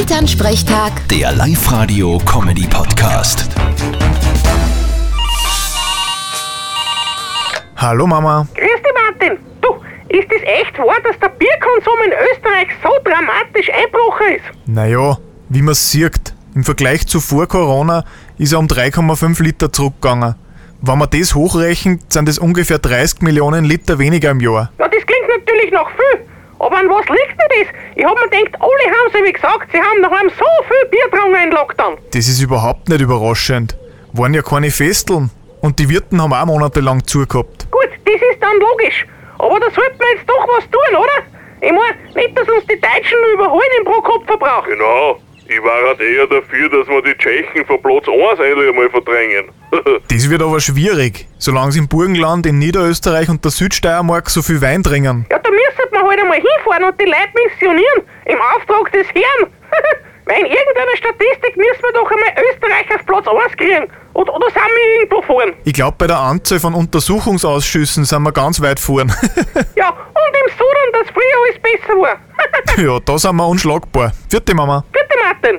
Elternsprechtag, Der Live-Radio-Comedy-Podcast. Hallo Mama. Grüß dich, Martin. Du, ist es echt wahr, dass der Bierkonsum in Österreich so dramatisch einbrochen ist? Naja, wie man sieht, im Vergleich zu vor Corona ist er um 3,5 Liter zurückgegangen. Wenn man das hochrechnet, sind das ungefähr 30 Millionen Liter weniger im Jahr. Ja, das klingt natürlich noch viel. Aber an was liegt denn das? Ich hab mir gedacht, alle haben so wie gesagt, sie haben daheim so viel Bier getrunken im Lockdown. Das ist überhaupt nicht überraschend. Waren ja keine Festeln. Und die Wirten haben auch monatelang zugehabt. Gut, das ist dann logisch. Aber da sollte man jetzt doch was tun, oder? Ich mein, nicht, dass uns die Deutschen überholen im Pro-Kopf-Verbrauch. Genau. Ich war halt eher dafür, dass wir die Tschechen von Platz 1 endlich einmal verdrängen. Das wird aber schwierig, solange sie im Burgenland, in Niederösterreich und der Südsteiermark so viel Wein trinken. Ja, da müssen wir halt einmal hinfahren und die Leute missionieren. Im Auftrag des Herrn. Weil in irgendeiner Statistik müssen wir doch einmal Österreich auf Platz 1 kriegen. Oder, oder sind wir irgendwo vorn? Ich glaube, bei der Anzahl von Untersuchungsausschüssen sind wir ganz weit vorn. Ja, und im Süden, dass früher alles besser war. ja, da sind wir unschlagbar. Vierte Mama. Bitte, Martin.